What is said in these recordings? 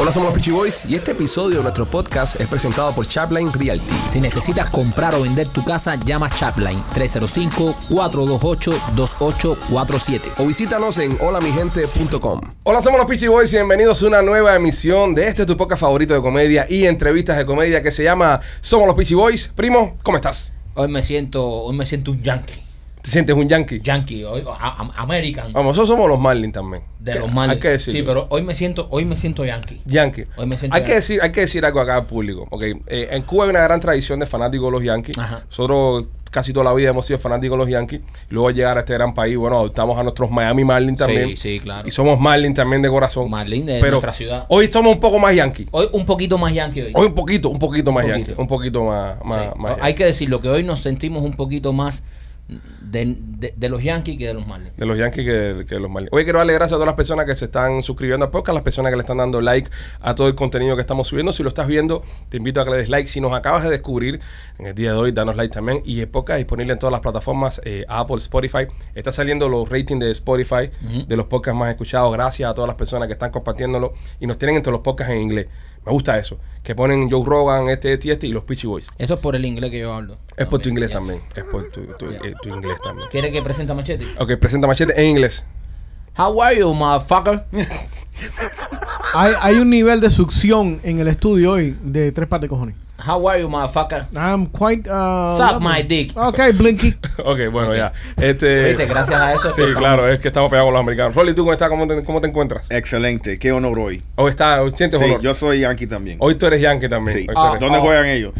Hola, somos los Peachy Boys y este episodio de nuestro podcast es presentado por Chapline Realty. Si necesitas comprar o vender tu casa, llama Chapline 305-428-2847. O visítanos en holamigente.com. Hola, somos los Peachy Boys y bienvenidos a una nueva emisión de este tu podcast favorito de comedia y entrevistas de comedia que se llama Somos los Peachy Boys. Primo, ¿cómo estás? Hoy me siento, hoy me siento un yankee. ¿Te sientes un yankee? Yankee, hoy, a- a- American Vamos, nosotros somos los Marlins también. de Que- los males. Hay que decirlo. Sí, pero hoy me siento, hoy me siento yankee. Yankee. Hoy me siento Hay que, yankee. decir, hay que decir algo acá al público. ok. Eh, en Cuba hay una gran tradición de fanáticos de los Yankees. Ajá. Nosotros casi toda la vida hemos sido fanáticos de los Yankees. Luego al llegar a este gran país, bueno, adoptamos a nuestros Miami Marlins también. Sí, sí, claro. Y somos Marlins también de corazón. Marlins de Pero nuestra ciudad. Hoy somos un poco más Yankees. Hoy un poquito más yankee hoy. Hoy un poquito, un poquito más Un Yankees. poquito. Un poquito más, Sí. más, más Hay yanqui que decirlo que hoy nos sentimos un poquito más de, de- de los yankees que de los males. De los Yankees que, que de los Marlins. Hoy quiero darle gracias a todas las personas que se están suscribiendo al podcast, las personas que le están dando like a todo el contenido que estamos subiendo. Si lo estás viendo, te invito a que le des like. Si nos acabas de descubrir en el día de hoy, danos like también. Y el podcast es disponible en todas las plataformas, eh, Apple, Spotify. Está saliendo los ratings de Spotify, de los podcasts más escuchados. Gracias a todas las personas que están compartiéndolo y nos tienen entre los podcasts en inglés. Me gusta eso. Que ponen Joe Rogan, este, este y este y los Peachy Boys. Eso es por el inglés que yo hablo. Es por tu inglés También, ya. también. Es por tu, tu- eh, tu inglés también. ¿Quiere que presente a Machete? Ok, presenta machete en inglés. How are you, motherfucker? Hay, hay un nivel de succión en el estudio hoy de tres patas de cojones. How are you, motherfucker? I'm quite. Uh, Suck my dick. Ok, Blinky. Ok, bueno, ya. Viste, Este, gracias a eso. sí, pues, claro, es que estamos pegados con los americanos. Rolly, ¿tú cómo estás? ¿Cómo te, cómo te encuentras? Excelente, qué honor hoy. ¿O está, o sientes Sí, olor? yo soy yankee también. Hoy tú eres yankee también. Sí. Hoy tú Ah, eres- ¿Dónde oh. juegan ellos?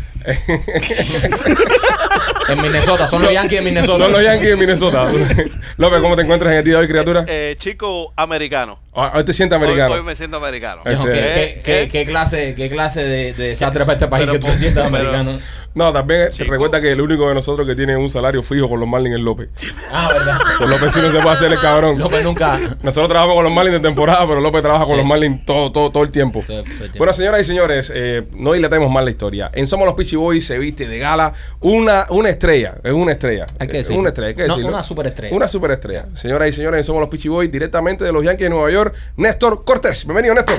En Minnesota, son los Yankees de Minnesota. Son los yankees de Minnesota. López, ¿cómo te encuentras en el día de hoy, criatura? Eh, chico americano. Ah, Hoy te sientes Hoy, hoy americano. me siento americano. Eh, Dijo, ¿qué, Eh, qué- qué- eh. qué clase, ¿Qué clase de, de desastre para este país Pero que tú po- sientas pero- americano? No, también te Chico. recuerda que el único de nosotros que tiene un salario fijo con los Marlins es López. Ah, verdad. O sea, López sí no se puede hacer el cabrón. López nunca. Nosotros trabajamos con los Marlins de temporada, pero López trabaja con Sí. los Marlins todo, todo, todo el tiempo. Todo- todo el tiempo. Bueno, señoras y señores, eh, no dilatemos más la historia. En Somos los Peachy Boys se viste de gala una, una estrella. Es una estrella. Hay que Eh, decirlo. Una estrella, hay que No, decirlo. una superestrella. Una superestrella. Señoras y señores, en Somos los Peachy Boys, directamente de los Yankees de Nueva York, Néstor Cortés. Bienvenido, Néstor.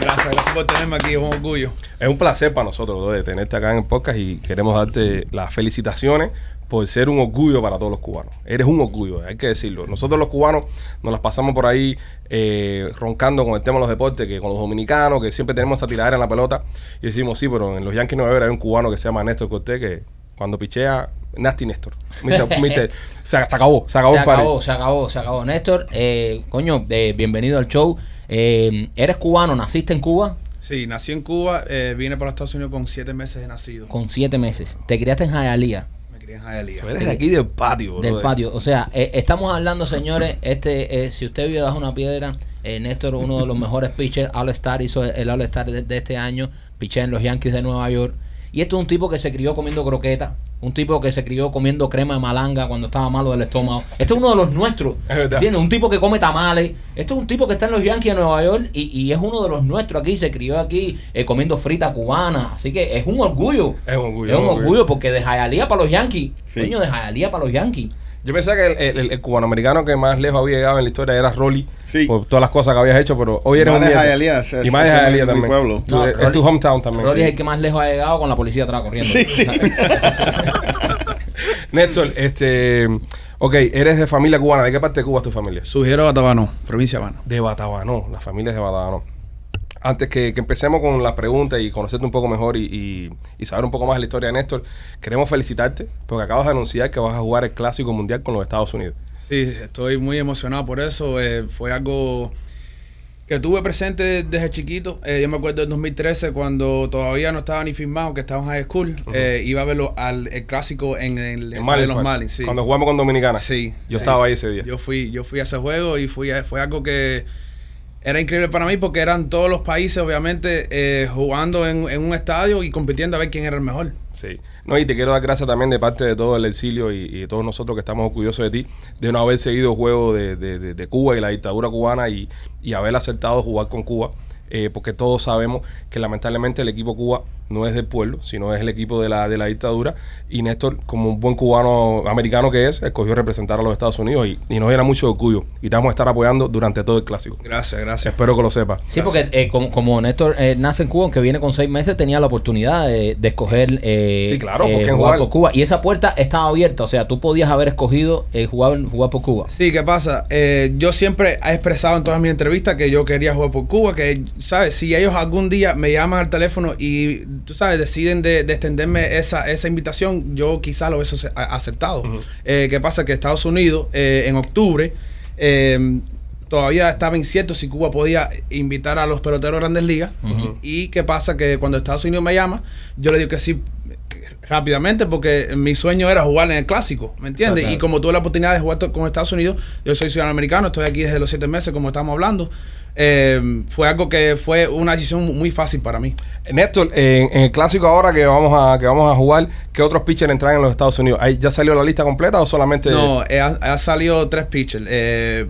Gracias, gracias por tenerme aquí, es un orgullo. Es un placer para nosotros brother, tenerte acá en el podcast y queremos darte las felicitaciones por ser un orgullo para todos los cubanos. Eres un orgullo, hay que decirlo. Nosotros los cubanos nos las pasamos por ahí eh, roncando con el tema de los deportes, que con los dominicanos, que siempre tenemos esa tiradera en la pelota. Y decimos, sí, pero en los Yankees Nueva York hay un cubano que se llama Néstor Cortés que cuando pichea, Nasty Néstor. Mister- mister- se, se acabó, se acabó Se el party. acabó, se acabó, se acabó. Néstor, eh, coño, eh, bienvenido al show. Eh, ¿Eres cubano? ¿Naciste en Cuba? Sí, nací en Cuba, eh, vine para los Estados Unidos con siete meses de nacido. Con siete meses. Te criaste en Hialeah. Me crié en Hialeah. Pero eres de aquí del patio, Del brother. patio. O sea, eh, estamos hablando, señores, este, eh, si usted vio bajo una piedra, eh, Néstor, uno de los mejores pitchers, All-Star, hizo el All-Star de, de este año, piché en los Yankees de Nueva York. Y esto es un tipo que se crió comiendo croqueta, un tipo que se crió comiendo crema de malanga cuando estaba malo del estómago. Este es uno de los nuestros. Es verdad. ¿Entiendes? Un tipo que come tamales. Este es un tipo que está en los Yankees de Nueva York y, y es uno de los nuestros aquí. Se crió aquí eh, comiendo frita cubana. Así que es un orgullo. Es un orgullo, Es un orgullo porque de Jayalía para los Yankees. Sí. Coño, de Jayalía para los Yankees. Yo pensaba que el, el- el cubanoamericano que más lejos había llegado en la historia era Rolly. Sí. Por todas las cosas que habías hecho, pero hoy Y eres más un de líder. Hialeah, es- Y más de es- es Hialeah mi- mi también. pueblo. Tú- No, es Rolly- tu hometown también. Rolly Sí. es el que más lejos ha llegado con la policía atrás corriendo. eh, Sí, sí. Néstor, este. Ok, eres de familia cubana. ¿De qué parte de Cuba es tu familia? Sugiero Batabanó, provincia de Habana. De Batabanó. Las familias de Batabanó. Antes que, que empecemos con las preguntas y conocerte un poco mejor y, y- y saber un poco más de la historia de Néstor, queremos felicitarte porque acabas de anunciar que vas a jugar el Clásico Mundial con los Estados Unidos. Sí, estoy muy emocionado por eso. eh, fue algo que tuve presente desde chiquito. Eh, yo me acuerdo del 2013 cuando todavía no estaba ni firmado, que estaba en high school. eh, iba a verlo al el clásico en el En estadio Marlins, de los fue- Marlins. sí. Cuando jugamos con Dominicana. Sí, Yo sí. estaba ahí ese día. Yo fui, yo fui a ese juego y fui a- fue algo que era increíble para mí porque eran todos los países, obviamente, eh, jugando en, en un estadio y compitiendo a ver quién era el mejor. Sí. No, y te quiero dar gracias también de parte de todo el exilio y, y de todos nosotros que estamos orgullosos de ti, de no haber seguido juego de, de- de- de Cuba y la dictadura cubana y, y haber aceptado jugar con Cuba. eh, porque todos sabemos que lamentablemente el equipo Cuba no es del pueblo, sino es el equipo de la, de la dictadura. Y Néstor, como un buen cubano americano que es, escogió representar a los Estados Unidos y, y nos llena mucho de orgullo. Y te vamos a estar apoyando durante todo el clásico. Gracias, gracias. Espero que lo sepas. Sí, porque eh, como, como Néstor eh, nace en Cuba, aunque viene con seis meses, tenía la oportunidad de, de escoger eh, Sí, claro, ¿por eh, qué jugar jugar? por Cuba. Y esa puerta estaba abierta, o sea, tú podías haber escogido eh, jugar, jugar por Cuba. Sí, ¿qué pasa? Eh, yo siempre he expresado en todas mis entrevistas que yo quería jugar por Cuba, que, ¿sabes? Si ellos algún día me llaman al teléfono y, tú sabes, deciden de, de extenderme esa, esa invitación, yo quizá lo hubiese a- aceptado. Eh, ¿Qué pasa? Que Estados Unidos, eh, en octubre, eh, todavía estaba incierto si Cuba podía invitar a los peloteros de grandes ligas. Y ¿qué pasa? Que cuando Estados Unidos me llama, yo le digo que sí rápidamente porque mi sueño era jugar en el clásico, ¿me entiendes? Claro. Y como tuve la oportunidad de jugar to- con Estados Unidos, yo soy ciudadano americano, estoy aquí desde los siete meses, como estamos hablando, eh, fue algo que fue una decisión muy fácil para mí. Néstor, en, en el clásico ahora que vamos a que vamos a jugar, ¿qué otros pitchers entran en los Estados Unidos? ¿Ahí ¿Ya salió la lista completa o solamente No, eh, ha, ha salido tres pitchers. Eh,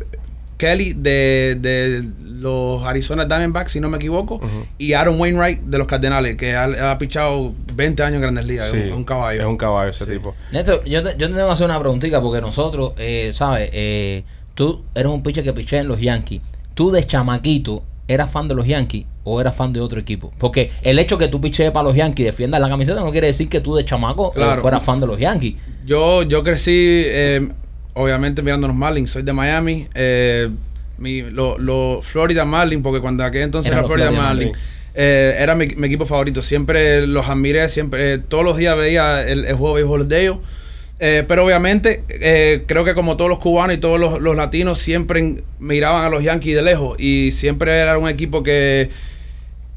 Kelly de, de los Arizona Diamondbacks, si no me equivoco, y Aaron Wainwright de los Cardenales, que ha, ha pichado 20 años en Grandes Ligas, Sí, es un, un caballo. Es un caballo ese tipo. Néstor, yo te, yo te tengo que hacer una preguntita porque nosotros, eh, ¿sabes? Eh, tú eres un pitcher que piché en los Yankees. ¿Tú de chamaquito eras fan de los Yankees o eras fan de otro equipo? Porque el hecho que tú pichees para los Yankees y defiendas la camiseta no quiere decir que tú de chamaco eh, Claro. fueras fan de los Yankees. Yo, yo crecí, eh, obviamente, mirando los Marlins. Soy de Miami. Eh, mi, lo, lo- Florida Marlins, porque cuando aquel entonces Eran era los Florida Florida Marlins. Marlins. eh, era mi, mi equipo favorito. Siempre los admiré, siempre. eh, todos los días veía el, el juego de béisbol de ellos. Eh, pero obviamente, eh, creo que como todos los cubanos y todos los, los latinos, siempre en- miraban a los Yankees de lejos. Y siempre era un equipo que,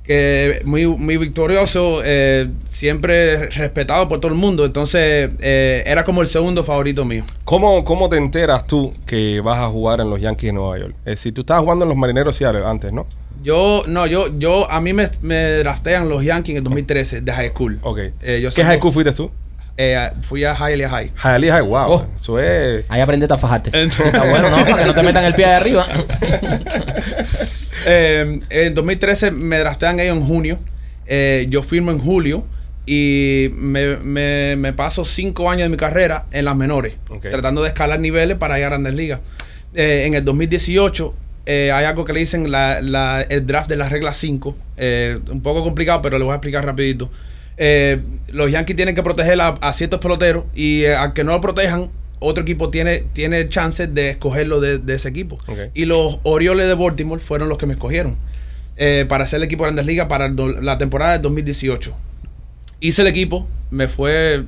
que muy, muy victorioso, eh, siempre respetado por todo el mundo. Entonces, eh, era como el segundo favorito mío. ¿Cómo, ¿Cómo te enteras tú que vas a jugar en los Yankees de Nueva York? Es decir, tú estabas jugando en los Marineros Seattle antes, ¿no? Yo, no, yo, yo, a mí me, me draftean los Yankees en el 2013 de high school. Ok. Eh, yo ¿Qué high school fui? fuiste tú? fui a Hialeah High. Hialeah High, wow. Oh. Eso es... Ahí aprendete a fajarte. Está bueno, ¿no? Para que no te metan el pie de arriba. Eh, en 2013 me draftean ellos en junio. Eh, yo firmo en julio. Y me, me- me paso cinco años de mi carrera en las menores, Ok. tratando de escalar niveles para ir a grandes ligas. Eh, en el 2018 eh, hay algo que le dicen la- la- el draft de la regla 5, eh, un poco complicado, pero lo voy a explicar rapidito. Eh, los Yankees tienen que proteger a, a ciertos peloteros y eh, al que no lo protejan, otro equipo tiene, tiene chance de escogerlo de, de ese equipo. Ok. Y los Orioles de Baltimore fueron los que me escogieron eh, para hacer el equipo de Grandes Ligas para el do- la temporada del 2018. Hice el equipo, me fue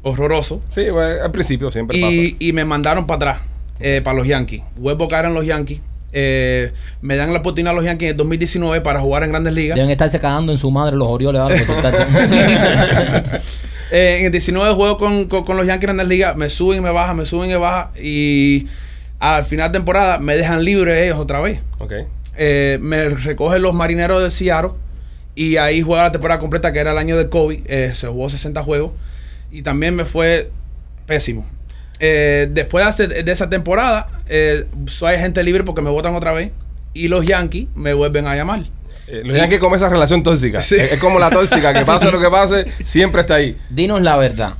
horroroso Sí, bueno, al principio siempre y, y me mandaron para atrás, eh, para los Yankees. Vuelvo a en los Yankees. Eh, me dan la oportunidad a los Yankees en el 2019 para jugar en Grandes Ligas. Deben estarse cagando en su madre los Orioles ahora. por contarte. Eh, en el 19 juego con, con- con los Yankees en Grandes Ligas, me suben y me bajan, me suben y me bajan. Y al final de temporada me dejan libre ellos otra vez. pasa. Ok. Eh, me recogen los marineros de Seattle y ahí jugaba la temporada completa que era el año de COVID. Eh, se jugó 60 juegos y también me fue pésimo. Eh, después de, hacer- de esa temporada, eh, soy gente libre porque me votan otra vez y los Yankees me vuelven a llamar. Eh, los Yankees como esa relación tóxica. Sí. Es, es como la tóxica, que pase lo que pase, siempre está ahí. Dinos la verdad.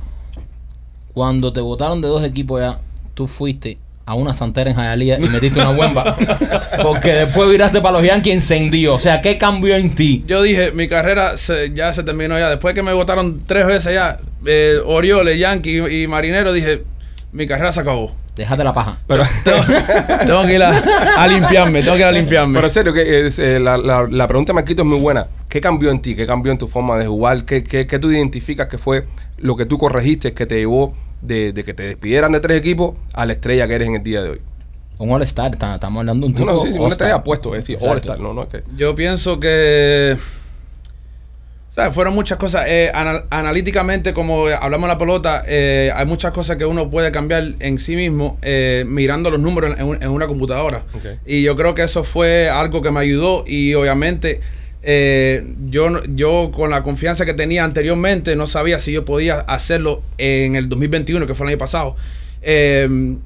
Cuando te votaron de dos equipos ya, tú fuiste a una santera en Jayalía y metiste una huemba. Porque después viraste para los Yankees encendido. O sea, ¿qué cambió en ti? Yo dije, mi carrera se- ya se terminó ya. Después que me votaron tres veces ya, eh, Orioles, Yankees y, y Marineros, dije, mi carrera se acabó. Déjate la paja. Pero... tengo que ir a, a limpiarme, tengo que ir a limpiarme. Pero en serio, que es, eh, la, la- la pregunta de Marquito es muy buena. ¿Qué cambió en ti? ¿Qué cambió en tu forma de jugar? ¿Qué, qué- qué tú identificas que fue lo que tú corregiste que te llevó de, de que te despidieran de tres equipos a la estrella que eres en el día de hoy? Un All-Star. está- Estamos hablando de un No, tipo no, sí, sí, una all-star. estrella puesto, es decir, Exacto. all star, no, no es que. Yo pienso que. O sea, fueron muchas cosas. Eh, ana- analíticamente, como hablamos de la pelota, eh, hay muchas cosas que uno puede cambiar en sí mismo eh, mirando los números en, en un- en una computadora. Ok. Y yo creo que eso fue algo que me ayudó. Y obviamente, eh, yo, no- yo con la confianza que tenía anteriormente, no sabía si yo podía hacerlo en el 2021, que fue el año pasado. Eh,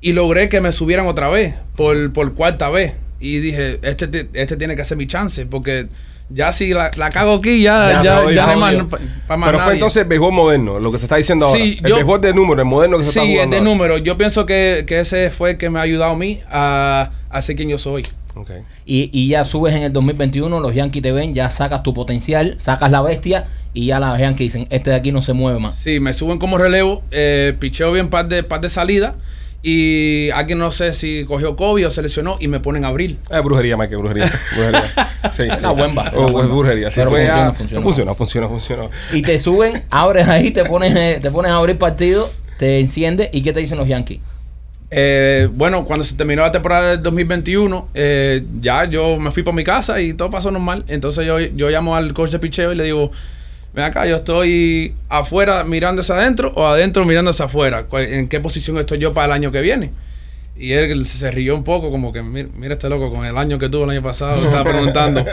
y logré que me subieran otra vez, por, por cuarta vez. Y dije, este, ti- este tiene que ser mi chance, porque ya si la, la cago aquí, ya, Ya, ya, ya, no, ya no hay jodido. más, pa- pa' más Pero fue nadie. entonces béisbol moderno, lo que se está diciendo ahora. Sí, el yo- béisbol de número, el moderno que se está Sí, es jugando. de ahora. número. Yo pienso que, que ese fue el que me ha ayudado a mí a, a ser quien yo soy. Ok. Y, y ya subes en el 2021, los Yankees te ven, ya sacas tu potencial, sacas la bestia y ya las Yankees dicen, este de aquí no se mueve más. Sí, me suben como relevo, eh, picheo bien par de, par de salida y alguien no sé si cogió COVID o se lesionó y me ponen a abril. Ah, brujería, Mike, brujería. brujería. Sí, Una sí. buemba, Oh, una buemba. es brujería. sí, Pero fue funciona, a- funciona. Funciona, funciona, funciona. Y te suben, abres ahí, te pones, eh, te pones a abrir partido, te enciende y ¿qué te dicen los Yankees? Eh, bueno, cuando se terminó la temporada del 2021, eh, ya yo me fui para mi casa y todo pasó normal. Entonces yo, yo llamo al coach de picheo y le digo, ven acá, yo estoy afuera mirando hacia adentro o adentro mirando hacia afuera. ¿Cuál- ¿En qué posición estoy yo para el año que viene? Y él se rió un poco, como que mira, mira este loco con el año que tuvo el año pasado, estaba preguntando.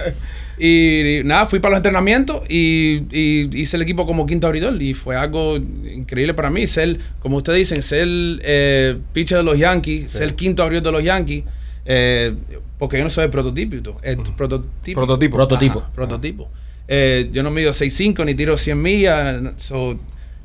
Y, y nada, fui para los entrenamientos y, y hice el equipo como quinto abridor y fue algo increíble para mí. Ser, como ustedes dicen, ser eh, pitcher de los Yankees, ser quinto abridor de los Yankees, eh, porque yo no soy el prototípico. El prototipo. Prototipo. Prototipo. Ajá, prototipo. Eh, yo no mido 6'5 ni tiro 100 millas. so,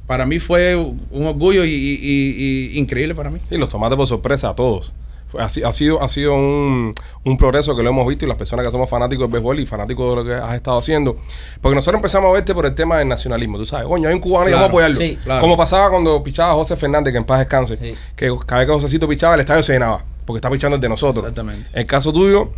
para mí fue un orgullo y- y- y- y increíble para mí. Y los tomates por sorpresa a todos. Fue- Ha, si- ha sido, ha sido un, un progreso que lo hemos visto y las personas que somos fanáticos del béisbol y fanáticos de lo que has estado haciendo. Porque nosotros empezamos a verte por el tema del nacionalismo. Tú sabes, coño, hay un cubano y vamos Claro, a apoyarlo. sí, claro. Como pasaba cuando pichaba José Fernández, que en paz descanse. Sí. Que cada vez que Josecito pichaba, el estadio se llenaba. Porque está pichando el de nosotros. Exactamente. El caso tuyo,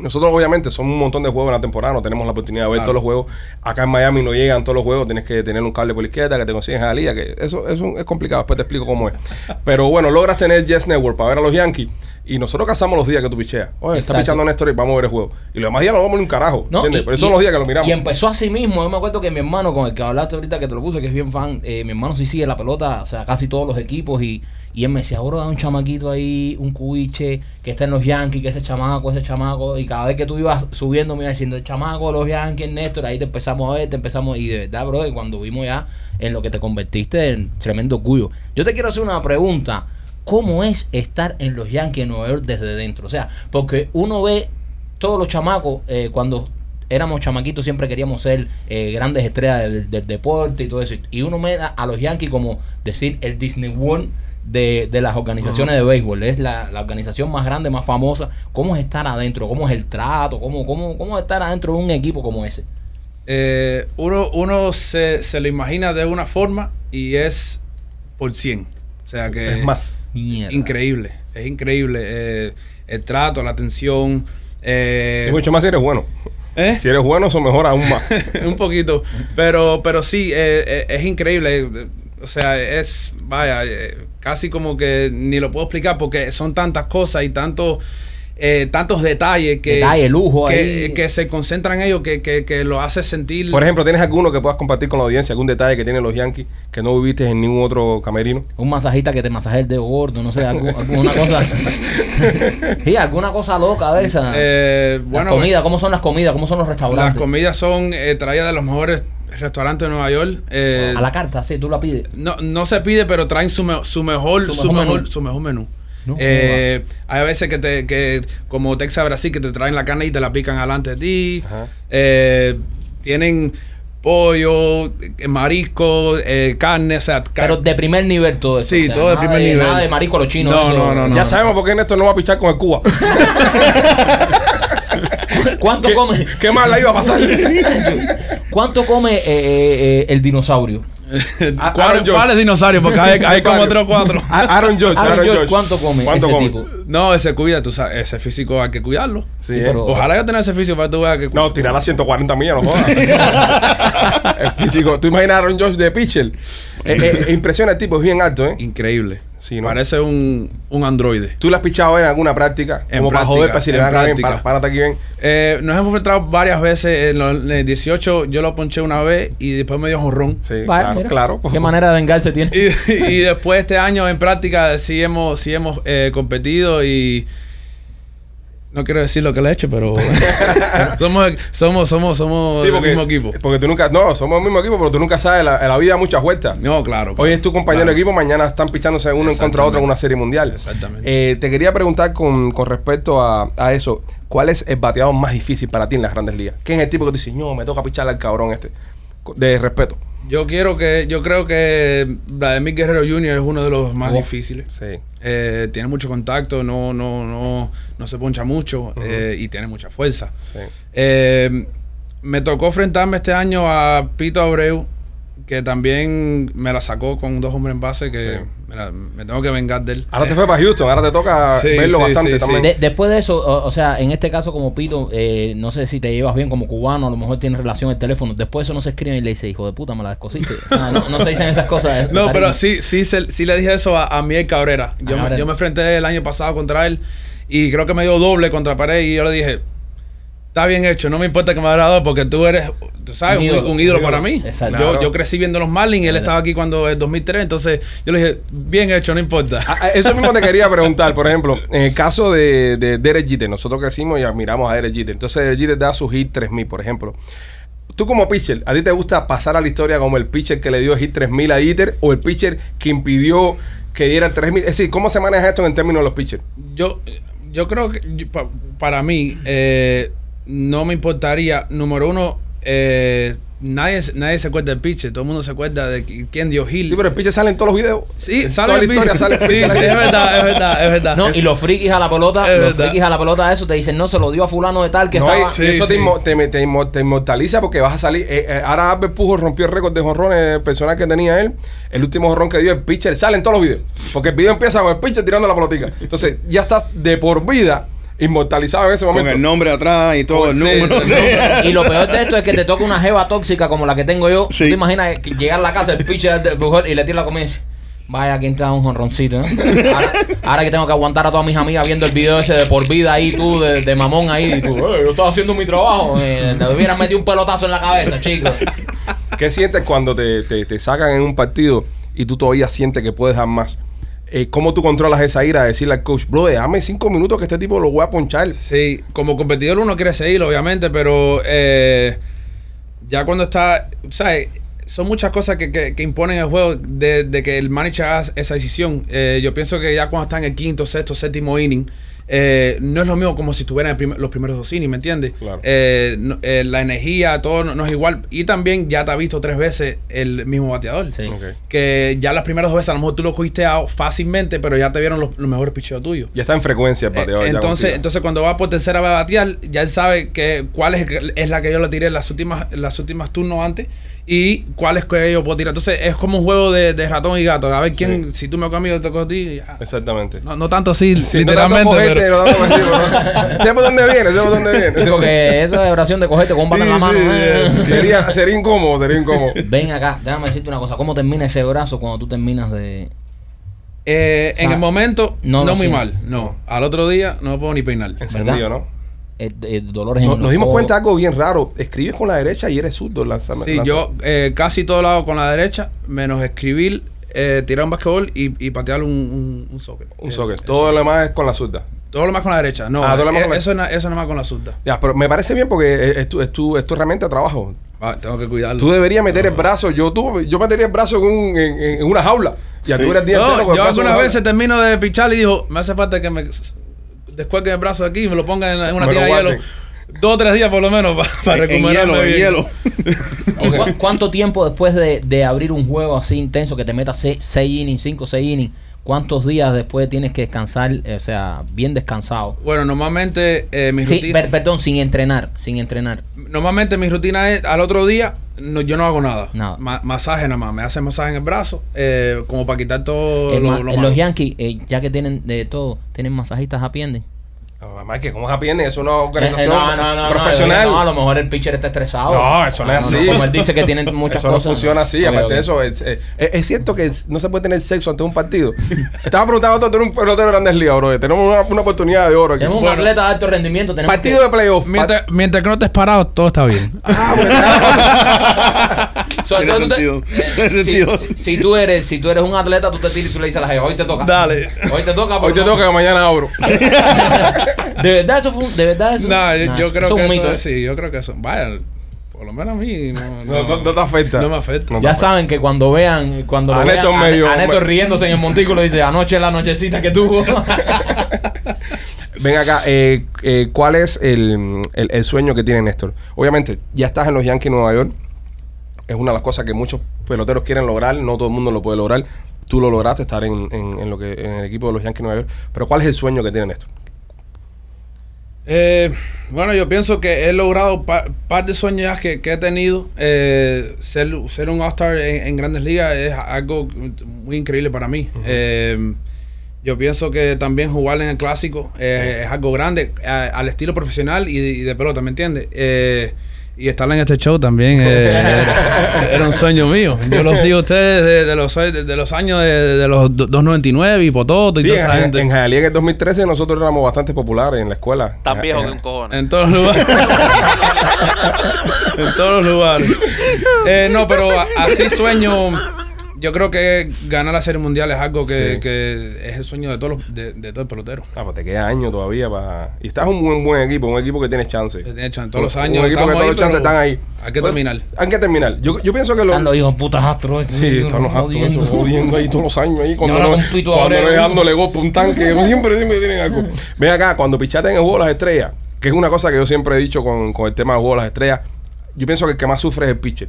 nosotros obviamente son un montón de juegos en la temporada, no tenemos la oportunidad de ver Claro. todos los juegos. Acá en Miami no llegan todos los juegos, tienes que tener un cable por la izquierda, que te consiguen a Liga, que eso, eso es complicado, después te explico cómo es. Pero bueno, logras tener Yes Network para ver a los Yankees y nosotros cazamos los días que tú picheas. Oye, está Exacto. pichando Néstor y vamos a ver el juego. Y los demás días no vamos ni un carajo, No, ¿entiendes? y- Pero esos son y- los días que lo miramos. Y empezó así mismo. Yo me acuerdo que mi hermano, con el que hablaste ahorita, que te lo puse, que es bien fan, eh, mi hermano sí sigue la pelota, o sea, casi todos los equipos. Y, y él me decía, ahora un chamaquito ahí, un cubiche, que está en los Yankees, que ese chamaco, ese chamaco. Y cada vez que tú ibas subiendo, me iba diciendo, el chamaco, de los Yankees, Néstor, ahí te empezamos a ver, te empezamos. Y de verdad, bro, y cuando vimos ya en lo que te convertiste, en tremendo orgullo. Yo te quiero hacer una pregunta. ¿Cómo es estar en los Yankees de Nueva York desde dentro? O sea, porque uno ve todos los chamacos, eh, cuando éramos chamaquitos, siempre queríamos ser eh, grandes estrellas del, del deporte y todo eso. Y uno me da a los Yankees como decir el Disney World de, de las organizaciones de béisbol. Es la, la organización más grande, más famosa. ¿Cómo es estar adentro? ¿Cómo es el trato? ¿Cómo, cómo, cómo es estar adentro de un equipo como ese? Eh, uno uno se, se lo imagina de una forma y es por 100. O sea que es más. Mierda. increíble, es increíble. eh, el trato, la atención. eh, Es mucho más si eres bueno. ¿eh? Si eres bueno, eso mejora aún más. un poquito. Pero, pero sí, eh, eh, es increíble. eh, O sea, es, vaya, eh, casi como que ni lo puedo explicar porque son tantas cosas y tantos... eh, tantos detalles que, Detalle, lujo ahí. que, que se concentran en ellos que, que, que lo hace sentir Por ejemplo, ¿tienes alguno que puedas compartir con la audiencia? ¿Algún detalle que tienen los Yankees que no viviste en ningún otro camerino? Un masajista que te masaje el dedo gordo, no sé, algo- alguna cosa. sí, alguna cosa loca de esa. Eh, bueno, las comidas, ¿cómo son las comidas? ¿Cómo son los las restaurantes? comidas son eh, traídas de los mejores restaurantes de Nueva York. eh, a la carta, sí, tú la pides. no, no se pide, pero traen su, me- su mejor, Su su, mejor mejor, menú. su mejor menú. No, Eh, hay veces que, te, que como Texas Brasil, que te traen la carne y te la pican alante de ti. Ajá. Eh, tienen pollo, eh, marisco, eh, carne, o sea, car- Pero de primer nivel todo eso. Sí, o sea, todo de nada primer nivel. Nada de marico a los chinos. No, no, no, no. ya sabemos por qué Néstor no va a pichar con el Cuba. ¿Cuánto ¿Qué, come, qué mal la iba a pasar? cuánto come eh, eh, eh, el dinosaurio? Aaron ¿Cuál- George. ¿Cuáles dinosaurios? Porque hay, hay como Varios. otros cuatro. A- Ah, Aaron George. Aaron Aaron George. George, ¿Cuánto come ese come? tipo? No, ese cuida, tú sabes, ese físico hay que cuidarlo. Sí, Sí, eh. pero- Ojalá yo tenga ese físico para que tú veas que No, tirar a 140 millas, no jodas. El físico. ¿Tú imaginas a Aaron George de pitcher? Eh, eh, impresiona el tipo, es bien alto, ¿eh? Increíble. Sí, ¿no? Parece un, un androide. ¿Tú lo has pichado en alguna práctica? En Como para práctica, joder, para si le en van a bien, práctica. para, párate aquí bien. Eh, nos hemos enfrentado varias veces. En, los, en el 18 yo lo ponché una vez y después me dio jorrón. Sí, Vale, claro, mira. claro. ¿Qué manera de vengarse tiene? Y, y después este año en práctica sí hemos, sí hemos eh, competido y No quiero decir lo que le he hecho, pero somos, somos, somos, somos Sí, del porque, mismo equipo. porque tú nunca, no, somos el mismo equipo, pero tú nunca sabes, la, la vida da muchas vueltas. No, claro. Hoy es tu compañero de de equipo, mañana están pichándose uno en contra de otro en una serie mundial. Exactamente. Eh, te quería preguntar con, con respecto a, a eso, ¿cuál es el bateado más difícil para ti en las grandes ligas? ¿Quién es el tipo que te dice, no, me toca picharle al cabrón este? De respeto. Yo quiero que, yo creo que Vladimir Guerrero Jr. es uno de los más Oh. difíciles. Sí. Eh, tiene mucho contacto, no, no, no, no se poncha mucho eh, y tiene mucha fuerza. Sí. Eh, me tocó enfrentarme este año a Pito Abreu, que también me la sacó con dos hombres en base, que Sí. me, la- me tengo que vengar de él. Eh, Ahora te fue para Houston, ahora te toca Sí, verlo sí, bastante sí, sí. también. De- después de eso, o, o sea, en este caso como Pito, eh, no sé si te llevas bien como cubano, a lo mejor tienes relación el teléfono. Después de eso no se escriben y le dice, hijo de puta, me la descosiste. O sea, no, no se dicen esas cosas. eh, No, cariño. pero sí, sí, se- sí le dije eso a, a Miel Cabrera. Yo, Cabrera. Me, yo me enfrenté el año pasado contra él y creo que me dio doble contra pared y yo le dije, está bien hecho, no me importa que me habrá dado porque tú eres, tú sabes, Un un, ídolo. un ídolo Un para ídolo. mí. Exacto. Yo, Claro. yo crecí viendo los Marlins y él Claro. estaba aquí cuando en 2003, entonces yo le dije, bien hecho, no importa. Ah, ah, Eso mismo te quería preguntar, por ejemplo, en el caso de, de Derek Jeter, nosotros crecimos y admiramos a Derek Jeter. Entonces, Derek Jeter da su hit 3000, por ejemplo. Tú como pitcher, ¿a ti te gusta pasar a la historia como el pitcher que le dio el hit 3000 a Jeter o el pitcher que impidió que diera el 3000? Es decir, ¿cómo se maneja esto en términos de los pitchers? Yo, yo creo que yo- pa- para mí eh, no me importaría, número uno, eh, nadie, se- nadie se acuerda del pitcher, todo el mundo se acuerda de qui- quién dio Gil. Sí, pero el pitcher sale en todos los videos. Sí, En sale toda la el historia pitcher. sale el Sí, pitcher. sí, es verdad, es verdad, es verdad. No, y los frikis a la pelota, Es los verdad. frikis a la pelota, eso te dicen, no, se lo dio a fulano de tal que No, estaba... y- sí, y eso te, sí. inmo- te, te inmo- te inmortaliza porque vas a salir. eh, eh, ahora Albert Pujo rompió el récord de jonrones personal que tenía él. El último jonrón que dio el pitcher sale en todos los videos. Porque el video empieza con el pitcher tirando la pelotica. Entonces, ya estás de por vida inmortalizado en ese Con momento. el nombre atrás y todo el Sí, número. sí. Y lo peor de esto es que te toca una jeva tóxica como la que tengo yo. Sí. ¿Te imaginas que llegar a la casa del pitcher de mujer y le tira la comida y dice, vaya, aquí entra un jonroncito. ¿eh? Ahora, ahora que tengo que aguantar a todas mis amigas viendo el video ese de por vida ahí, tú, de, de mamón ahí. Y tú, "Eh, yo estaba haciendo mi trabajo. eh, te hubieran metido un pelotazo en la cabeza, chicos. ¿Qué sientes cuando te, te- te sacan en un partido y tú todavía sientes que puedes dar más? Eh, ¿Cómo tú controlas esa ira de decirle al coach, bro, dame cinco minutos que este tipo lo voy a ponchar? Sí, como competidor uno quiere seguir, obviamente, pero eh, ya cuando está, ¿sabes? Son muchas cosas que, que- que imponen el juego de, de que el manager haga esa decisión. Eh, yo pienso que ya cuando está en el quinto, sexto, séptimo inning, eh, no es lo mismo como si estuviera en el prim- los primeros dos innings, ¿me entiendes? Claro. Eh, no- eh, la energía, todo no, no es igual. Y también ya te ha visto tres veces el mismo bateador. Sí. Ok. Que ya las primeras dos veces a lo mejor tú lo cogiste out fácilmente, pero ya te vieron los, los mejores picheos tuyos. Ya está en frecuencia el Eh, bateador. ya entonces, contigo. entonces cuando va por tercera va a batear, ya él sabe que cuál es, es la que yo le tiré las últimas, las últimas turnos antes y cuál es que yo puedo tirar. Entonces es como un juego de, de ratón y gato. A ver quién, si tú me comes, yo te cojo a ti. ya. Exactamente. No, no tanto así, Sí, literalmente. No tanto pero- cogete, no tanto masivo, ¿no? Sé por dónde viene, sé por dónde viene. Sí, porque esa es oración de cogerte con un bate en la mano. eh. sería, sería incómodo, sería incómodo. Ven acá, déjame decirte una cosa. ¿Cómo termina ese brazo cuando tú terminas de...? Eh, O sea, en el momento, no no, lo muy siento. mal. No, al otro día no puedo ni peinar. Encendido, ¿no? eh, eh, dolores en Nos, los nos dimos codos? cuenta de algo bien raro. Escribes con la derecha y eres zurdo el lanzamiento. Sí, yo eh, casi todo lado con la derecha, menos escribir, eh, tirar un basquetbol y, y patear un, un, un soccer. Un Eh, soccer. Todo lo demás es con la zurda. Todo lo más con la derecha. No, Ah, todo lo más eh, con la- eso, na- eso nada más con la zurda. Ya, pero me parece bien porque es, es tu, es, tu, es tu herramienta de trabajo. Ah, tengo que cuidarlo. Tú deberías meter el brazo. Yo tú, yo metería el brazo en, un- en- en- en una jaula. Y tú eres el día entero No, con el brazo yo en algunas una veces jaula. termino de pichar y dijo, me hace falta que me s- descuelguen el brazo de aquí y me lo pongan en, la- en una Me lo tira de hielo. guarden. Dos o tres días por lo menos para En- en recuperarme hielo, en bien. hielo. ¿Y cua- ¿Cuánto tiempo después de, de abrir un juego así intenso que te metas 6 innings, 5, 6 innings? ¿Cuántos días después tienes que descansar, eh, o sea, bien descansado? Bueno, normalmente eh, mis Sí, rutinas... per- perdón, sin entrenar, sin entrenar. Normalmente mi rutina es al otro día, no, yo no hago nada. Nada. Ma- masaje nada más. Me hacen masaje en el brazo, eh, como para quitar todo Es lo- más, lo eh, malo. los Yankees, eh, ya que tienen de todo, tienen masajistas happy ending. No, mamá, que cómo se aprende. Es una Eh, eh, organización no, no, no, no, profesional. No, a lo mejor el pitcher está estresado. Ah, No, eso no es así. como él dice que tienen muchas eso cosas. no funciona así. Ok, Aparte ok. de eso, es, eh, es- es cierto que es- no se puede tener sexo ante un partido. Estaba preguntando a otro, tú eres un pelotero de grandes ligas, bro. Tenemos una, una oportunidad de oro aquí. Tenemos un Bueno, atleta de alto rendimiento. Tenemos partido que- de playoff. Pa- Mientras, mientras que no estés parado, todo está bien. Ah, bueno. Sobre todo Tiene tú te- sentido. eh, Tiene si- sentido. si- Si tú eres, si tú eres un atleta, tú te tiras y tú le dices a la jefa, hoy te toca. Dale. Hoy te toca. Hoy te pero no- toca, mañana abro. De verdad eso fue un, de verdad eso. No, yo, nah, yo creo es un que mito, eso ¿eh? es, sí, yo creo que eso. Vaya, por lo menos a mí no, No, no- no te afecta. No me afecta. No te Ya afecta. saben que cuando vean, cuando lo A Néstor vean, a- medio- a, Néstor riéndose en el montículo dice, anoche la nochecita que tuvo. Ven acá, eh, eh, ¿cuál es el, el- el sueño que tiene Néstor? Obviamente, ya estás en los Yankees de Nueva York. Es una de las cosas que muchos peloteros quieren lograr. No todo el mundo lo puede lograr. Tú lo lograste estar en, en- en lo que, en el equipo de los Yankees de Nueva York. Pero ¿cuál es el sueño que tiene Néstor? Eh, bueno, yo pienso que he logrado un par de sueños ya que, que he tenido. Eh, ser, ser un All-Star en, en grandes ligas es algo muy increíble para mí. Eh, yo pienso que también jugar en el clásico eh, es algo grande a- al estilo profesional y de, y de pelota, ¿me entiendes? Eh, y estar en este show también eh, era, era un sueño mío. Yo lo sigo a ustedes desde los, desde los años de, de los do- 2.99 y Pototo y Sí, toda en, esa gente. en, Hialeah en el 2013 nosotros éramos bastante populares en la escuela. Tan viejo que Ah, En- un cojones. En todos los lugares. en todos los lugares. Eh, no, pero a- así sueño. Yo creo que ganar la Serie Mundial es algo que, Sí. que es el sueño de todos los- de, de todo el pelotero. Ah, pues te queda año todavía para... Y estás un buen, buen equipo, un equipo que tiene chance. Que tiene chance. Todos los Un- años Un equipo que todos estamos ahí, los chances pero están ahí. hay que Bueno, terminar. Hay que terminar. Yo, yo pienso que lo... Están los hijos putas astros. Sí, están los actos jodiendo. esos jodiendo ahí todos los años ahí cuando ahora no, con Pito cuando Abreu. no es dándole golpe a un tanque, como siempre siempre tienen algo. Ven acá, cuando pichaste en el juego de las estrellas, que es una cosa que yo siempre he dicho con, con el tema del juego de las estrellas, yo pienso que el que más sufre es el pitcher.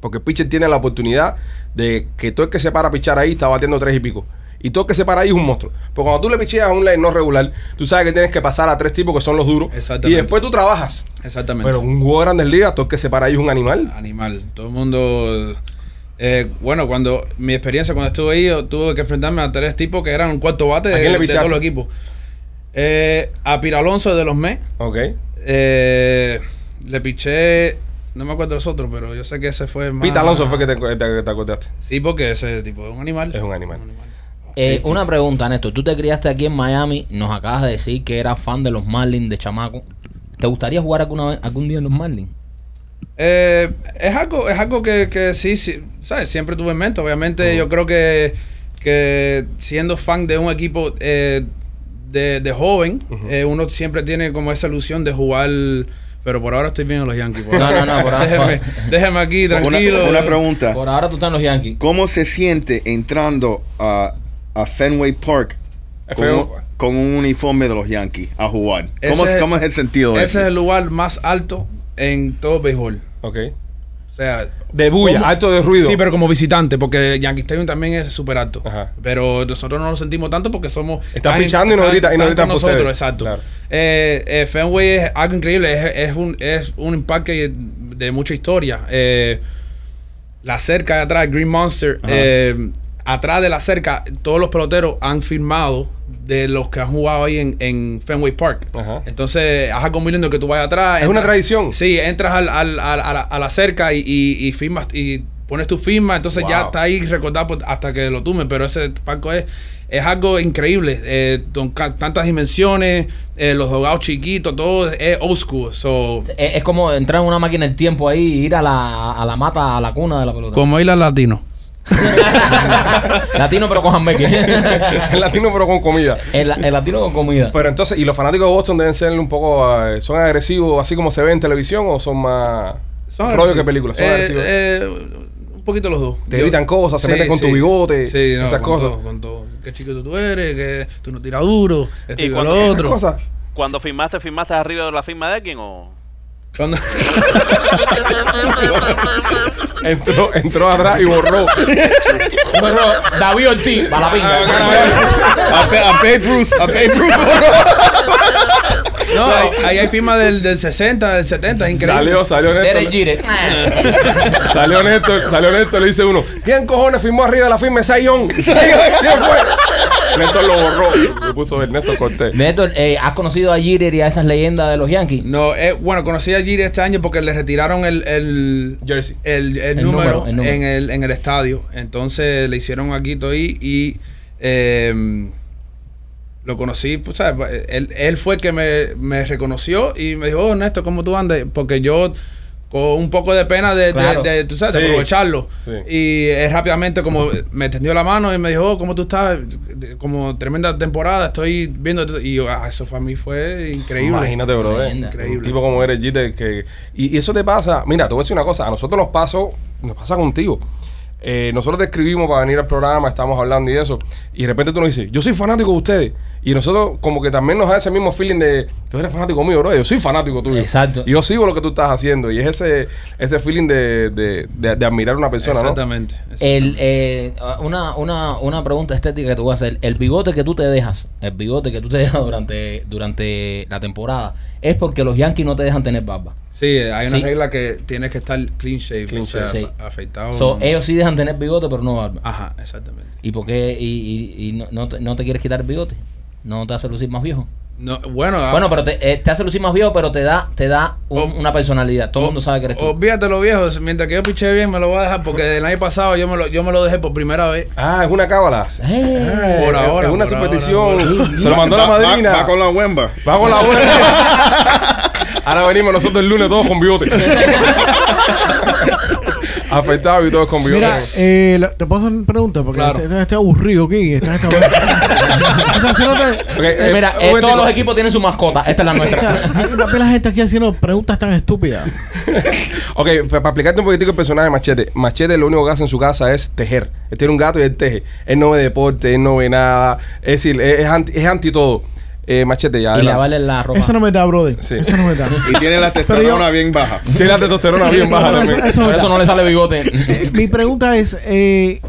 Porque el pitcher tiene la oportunidad de que todo el que se para a pichar ahí está batiendo tres y pico. Y todo el que se para ahí es un monstruo. Porque cuando tú le picheas a un line no regular, tú sabes que tienes que pasar a tres tipos que son los duros. Y Exactamente. después tú trabajas. Exactamente. Pero un juego de grandes ligas, todo el que se para ahí es un animal. Animal. Todo el mundo. eh, bueno, cuando mi experiencia cuando estuve ahí, yo tuve que enfrentarme a tres tipos que eran un cuarto bate ¿A de, quién le de pichaste? todos los equipos. Eh, a Piralonso de los Mets. Ok. Eh, le piché, no me acuerdo los otros, pero yo sé que ese fue más. Pita Alonso fue que te, te- te acordaste. Sí, porque ese tipo es un animal. Es un animal. Eh, una pregunta, Néstor. Tú te criaste aquí en Miami. Nos acabas de decir que eras fan de los Marlins de chamaco. ¿Te gustaría jugar alguna vez- algún día en los Marlins? Eh, es algo, es algo que, que sí, sí, ¿sabes? Siempre tuve en mente. Obviamente, yo creo que, que siendo fan de un equipo eh, de, de joven, eh, uno siempre tiene como esa ilusión de jugar. Pero por ahora estoy bien en los Yankees. por No, ahora. no, no, por ahora- déjeme, déjeme aquí, Una- tranquilo. Una, pregunta. Por ahora tú estás en los Yankees. ¿Cómo se siente entrando a, a Fenway Park Es con, feo. con un uniforme de los Yankees a jugar? Ese ¿Cómo, es, es- cómo es el sentido de Ese eso? es el lugar más alto en todo béisbol. Ok. O sea, De bulla, ¿Cómo? alto de ruido. Sí, pero como visitante, porque Yankee Stadium también es súper alto. Ajá. Pero nosotros no lo sentimos tanto porque somos. Está están- pichando y nos están- grita- y nos están con gritan por nosotros, ustedes. exacto. Claro. Eh, eh, Fenway es algo increíble, es, es un, es un empaque de mucha historia. Eh, la cerca de atrás, Green Monster, Ajá. eh, atrás de la cerca, todos los peloteros han firmado de los que han jugado ahí en, en Fenway Park. Ajá. Entonces, es algo muy lindo que tú vayas atrás. Es una entras- tradición. Sí, entras al, al- al- a, la, a la cerca y, y- y firmas y pones tu firma, entonces ya Wow. está ahí recordado por- hasta que lo tumes, pero ese palco es, es algo increíble, eh, con ca- tantas dimensiones, eh, los jugados chiquitos, todo es old school, so, Es, es como entrar en una máquina del tiempo ahí y ir a la, a la mata, a la cuna de la pelota. como ir latino. Latino pero con jambeque. es latino, pero con comida. el, el latino con comida. Pero entonces, ¿y los fanáticos de Boston deben ser un poco. eh, ¿Son agresivos así como se ve en televisión o son más. rollo que película? Son agresivos. Eh, un poquito los dos. Te Yo- gritan cosas, se meten con tu bigote, sí, no, esas con cosas. todo, con todo. Qué chico tú eres, que tú no tiras duro, esto y, Y lo cuando- Esas otro. cosas. Cuando firmaste, firmaste arriba de la firma de alguien o. Cuando- Entró, entró atrás y borró. Bueno, David Ortiz, Ah, para la pinga. a, Pe- a Babe Ruth, a Babe Ruth. No, ahí, ahí hay firma del, del 60, del 70, es increíble. salió, salió Derek Néstor. Jeter. Salió Néstor, salió Néstor, le dice uno. ¿Quién cojones firmó arriba de la firma de Sayón? ¿Quién fue? Néstor lo borró. Le puso el Néstor Cortés. Néstor, eh, ¿has conocido a Jeter y a esas leyendas de los Yankees? No, eh, bueno, conocí a Giri este año porque le retiraron el, el, Jersey. el- el El número, número, el número. En, el, en el estadio. Entonces le hicieron aquí todo ahí y eh, lo conocí, pues, ¿sabes? Él, él fue el que me, me reconoció y me dijo, oh, Ernesto, ¿cómo tú andas? Porque yo, con un poco de pena de, de- Claro. de- tú sabes, de Sí. aprovecharlo. Sí. Y él rápidamente como me tendió la mano y me dijo, oh, ¿cómo tú estás? De- Como tremenda temporada, estoy viendo. tu-". Y yo, ah, eso para mí fue increíble. Imagínate, bro. eh. Tremenda. Un tipo como eres, G, de que... Y, y eso te pasa... Mira, te voy a decir una cosa. A nosotros nos pasó... Nos pasa contigo. Eh, nosotros te escribimos para venir al programa, estamos hablando y eso. Y de repente tú nos dices, yo soy fanático de ustedes. Y nosotros como que también nos da ese mismo feeling de, tú eres fanático mío, bro. Yo soy fanático tuyo. Exacto. Yo sigo lo que tú estás haciendo. Y es ese, ese feeling de, de, de- de admirar a una persona, ¿no? Exactamente. exactamente. El, eh, una, una, una pregunta estética que te voy a hacer. El bigote que tú te dejas, el bigote que tú te dejas durante, durante la temporada, es porque los Yankees no te dejan tener barba. Sí, hay una Sí. regla que tienes que estar clean shave, Clean o sea, shave. afe- afeitado. So, eh, ¿no? ellos sí dejan tener bigote, pero no barba. Ajá, exactamente. ¿Y por qué? ¿Y, y- y no, no te, no te quieres quitar el bigote? ¿No te hace lucir más viejo? No, bueno, ah, Bueno, pero te, eh, te hace lucir más viejo, pero te da, te da un- O- una personalidad. Todo el o- mundo sabe que eres tú. Olvídate lo viejo, mientras que yo piché bien me lo voy a dejar porque el año pasado yo me lo, yo me lo dejé por primera vez. Ah, es una cábala. Eh, Ah, Por es- ahora, Es una por superstición. ahora, por Se lo mandó la Va- va- madrina. Va, con la huemba. Vamos a la hora. Ahora venimos nosotros el lunes todos con bigote. Afectados y todos con bigote. Mira, eh, la- te puedo hacer una pregunta porque Claro. este- este es aburrido aquí. Este, este, o sea, si no te- Ok, eh, eh, mira, un eh, momentico. todos los equipos tienen su mascota. Esta es la o sea, nuestra. hay una pila de gente aquí haciendo preguntas tan estúpidas. Ok, pa- para explicarte un poquitico el personaje de Machete. Machete lo único que hace en su casa es tejer. Él tiene un gato y él teje. Él no ve deporte, él no ve nada. Es decir, es, es anti, es anti todo. Eh, machete ya. y le adelante. vale la ropa. Eso no me da, brother. Sí. Eso no me da. Y tiene Pero yo- la testosterona bien baja. Tiene la testosterona bien baja Eso- también. eso- Por eso no le sale bigote. Eh, Mi pregunta es, eh,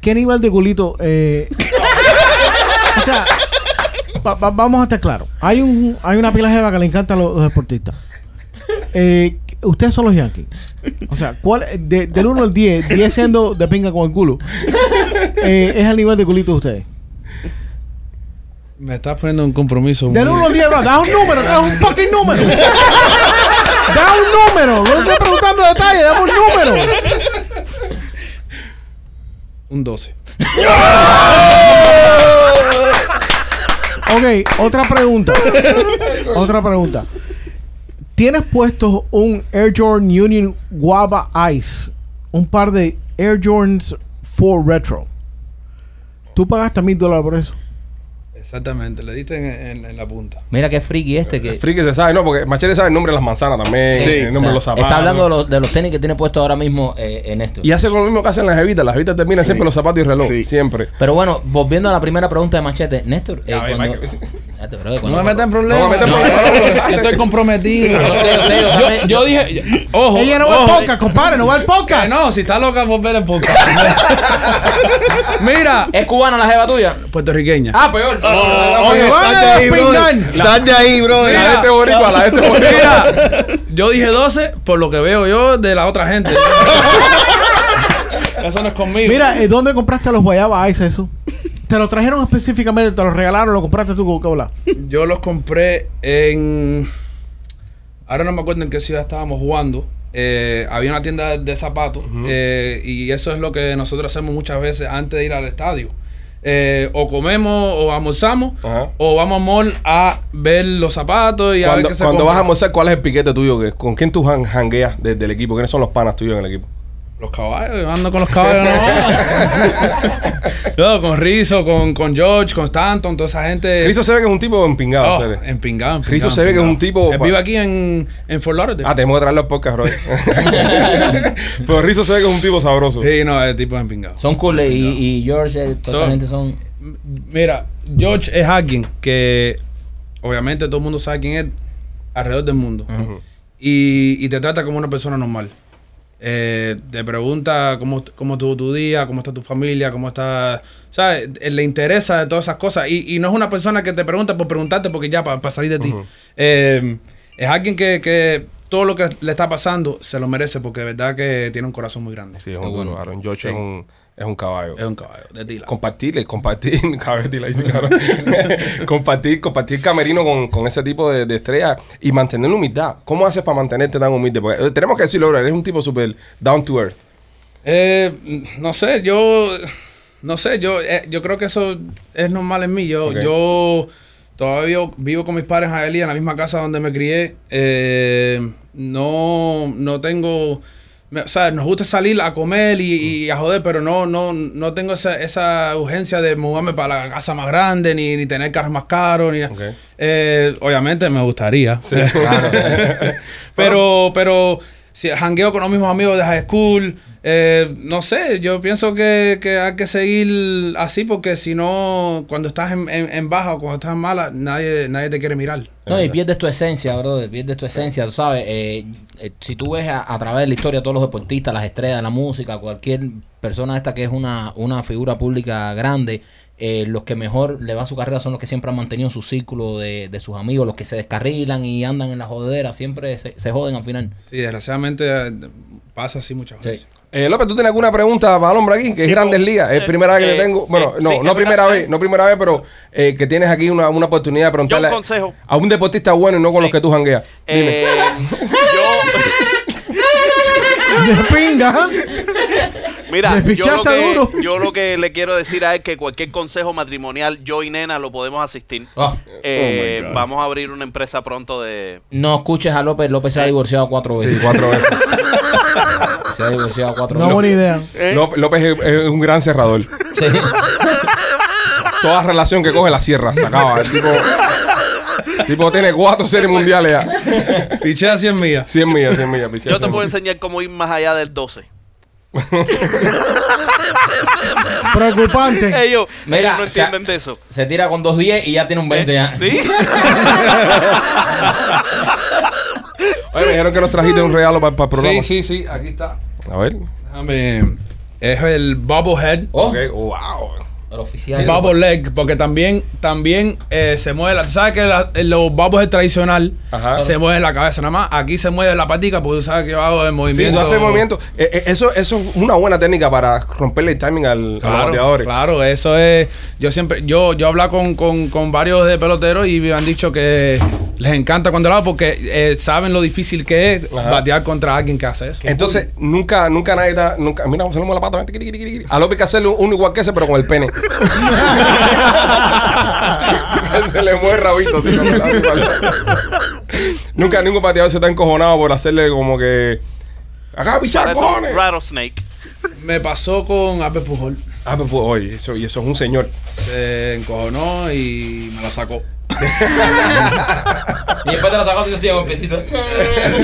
¿qué nivel de culito? eh, o sea, va- va- vamos a estar claros. Hay un, hay una pila jeva que le encanta a los, los deportistas. Eh, ustedes son los Yankees. O sea, ¿cuál, de- del 1 al 10, 10 siendo de pinga con el culo, eh, es el nivel de culito de ustedes. Me estás poniendo un compromiso. Del 1 al 10, bro, da un número, da un fucking número. Da un número, no estoy preguntando detalles, dame un número. Un 12. Ok, otra pregunta. otra pregunta. ¿Tienes puesto un Air Jordan Union Guava Ice? Un par de Air Jordans 4 Retro. Tú pagaste mil dólares por eso. Exactamente, le diste en, en- en la punta. Mira qué friki este que. Friki se sabe, no, porque Machete sabe el nombre de las manzanas también. Sí. el o nombre sea, de los zapatos. Está hablando de los, de los tenis que tiene puesto ahora mismo eh, en esto. Y hace con lo mismo que hacen las evitas. Las evitas terminan siempre los zapatos y el reloj. Sí. Siempre. Pero bueno, volviendo a la primera pregunta de Machete, Néstor. eh, Ya, ve, cuando- Michael. Espérate, brother, cuando- No me metan No problemas. me metan No, problemas. yo estoy comprometido. Yo sé, yo sé, yo también- yo, yo dije, ojo. Ella no va al ojo, podcast, compadre, no va al Que podcast. no, si está loca por ver el podcast. Mira, ¿Es cubana la jeva tuya? puertorriqueña. Ah, peor. oye, sal van a de ahí, despingar. brother. Sal de ahí, brother. La gente boricua, la gente boricua. Mira, yo dije 12 por lo que veo yo de la otra gente. Eso no es conmigo. Mira, eh, ¿dónde compraste los Guayaba Ice eso? ¿Te lo trajeron específicamente? ¿Te lo regalaron? ¿Lo compraste tú con Coca-Cola? Yo los compré en. Ahora no me acuerdo en qué ciudad estábamos jugando. Eh, había una tienda de zapatos eh, y eso es lo que nosotros hacemos muchas veces antes de ir al estadio. Eh, o comemos o almorzamos Ajá. o vamos a mall a ver los zapatos y a ver Cuando, qué se cuando compra. vas a almorzar, ¿cuál es el piquete tuyo? que- ¿Con quién tú jan- jangueas desde el equipo? ¿Quiénes son los panas tuyos en el equipo? Los caballos, yo ando con los caballos. No, No, con Rizzo, con, con George, con Stanton, toda esa gente. Rizzo se ve que es un tipo empingado. Eh, Oh, se ve. empingado, empingado, Rizzo se ve que es un empingado. tipo- Él vive aquí en, en Fort Lauderdale. Ah, tenemos que traerlo al podcast, bro. Pero Rizzo se ve que es un tipo sabroso. Sí, no, el tipo es empingado. Son cool eh, y, y George, eh, toda esa Todo. gente son. M- Mira, George es alguien que obviamente todo el mundo sabe quién es alrededor del mundo. y, y te trata como una persona normal. Eh, te pregunta cómo, cómo estuvo tu día, cómo está tu familia, cómo está... ¿Sabes? Eh, Le interesa de todas esas cosas. Y, y no es una persona que te pregunta por preguntarte porque ya para salir de ti. Eh, es alguien que, que todo lo que le está pasando se lo merece porque de verdad que tiene un corazón muy grande. Sí, es un bueno. duro. Aaron George Sí. Eh, es, un, es un caballo. Es un caballo de tila. Compartir, compartir, caballo, te la hice, claro. compartir, compartir camerino con, con ese tipo de, de estrellas y mantener la humildad. ¿Cómo haces para mantenerte tan humilde? Porque eh, tenemos que decirlo, bro, eres un tipo súper down to earth. Eh, no sé, yo. No sé, yo, eh, yo creo que eso es normal en mí. Yo, Ok. yo todavía vivo con mis padres a en la misma casa donde me crié. Eh, no, no tengo... me- O sea, nos gusta salir a comer y, y a joder, pero no, no, no tengo esa, esa urgencia de mudarme para la casa más grande, ni, ni tener carros más caros, ni... Ok. Eh, obviamente me gustaría. pero, pero si jangueo con los mismos amigos de high school, eh, no sé, yo pienso que, que hay que seguir así porque si no, cuando estás en, en- en baja o cuando estás en mala, nadie, nadie te quiere mirar. No, y pierdes tu esencia, brother, pierdes tu esencia, tú sabes. eh, eh, si tú ves a, a través de la historia todos los deportistas, las estrellas, la música, cualquier persona esta que es una, una figura pública grande, eh, los que mejor le va su carrera son los que siempre han mantenido su círculo de, de sus amigos, los que se descarrilan y andan en la jodera, siempre se, se joden al final. Sí, desgraciadamente eh, pasa así muchas Sí. veces. Eh, López, ¿tú tienes alguna pregunta para el hombre aquí? Que es Tipo, Grandes Ligas. Es eh, primera vez que eh, le tengo. Bueno, eh, no, sí, no es primera verdad. vez, no primera vez, pero eh, que tienes aquí una, una oportunidad de preguntarle Yo un consejo. a un deportista bueno y no con Sí. los que tú jangueas. Dime. Eh, yo, De pinga. mira, yo lo, Despichaste duro. que, yo lo que le quiero decir a él que cualquier consejo matrimonial, yo y nena lo podemos asistir. Ah, Eh, Oh my God. vamos a abrir una empresa pronto de... no escuches a López, López se ha divorciado cuatro Sí, veces. cuatro veces. Se ha divorciado cuatro No, buena veces. idea. ¿Eh? López, López es, es un gran cerrador. Sí. Toda relación que coge la sierra, se acaba. El tipo, tipo tiene cuatro series mundiales ya. Pichea 100 millas. 100 millas, 100 millas. pichea, Yo te 100 puedo millas. enseñar cómo ir más allá del 12. Preocupante. Ellos, Mira, ellos no o sea, entienden de eso. Se tira con 2.10 y ya tiene un 20 ya. ¿Sí? Oye, me dijeron que nos trajiste un regalo para el programa. Sí, sí, sí, aquí está. A ver. Déjame- Es el bobblehead. Oh, Ok, wow. el oficial. Bubble leg, porque también, también eh, se mueve la. Tú sabes que la- eh, los bubbles es tradicional, Ajá. se mueve la cabeza nada más. Aquí se mueve la patica, porque tú sabes que yo hago el Sí, movimiento. tú haces movimiento. Eh, eh, eso, eso es una buena técnica para romperle el timing al, a los Claro, bateadores. claro, eso es. Yo siempre, yo, yo he hablado con, con, con varios de peloteros y me han dicho que les encanta cuando lo hago porque eh, saben lo difícil que es Ajá. batear contra alguien que hace eso. Entonces, nunca, nunca nadie da, nunca, mira, vamos a la pata, vente, quiri, quiri, quiri. a López que hacerle uno igual que ese, pero con el pene. se le mueve el rabito. tío. nunca ningún pateador se está encojonado por hacerle como que, acá Para pichar, eso, cojones. rattlesnake. Me pasó con Albert Pujol. Ah, pero pues, oye, eso, y eso es un señor. Se encojonó y me la sacó. Y después te la sacaste y yo sí, un pesito.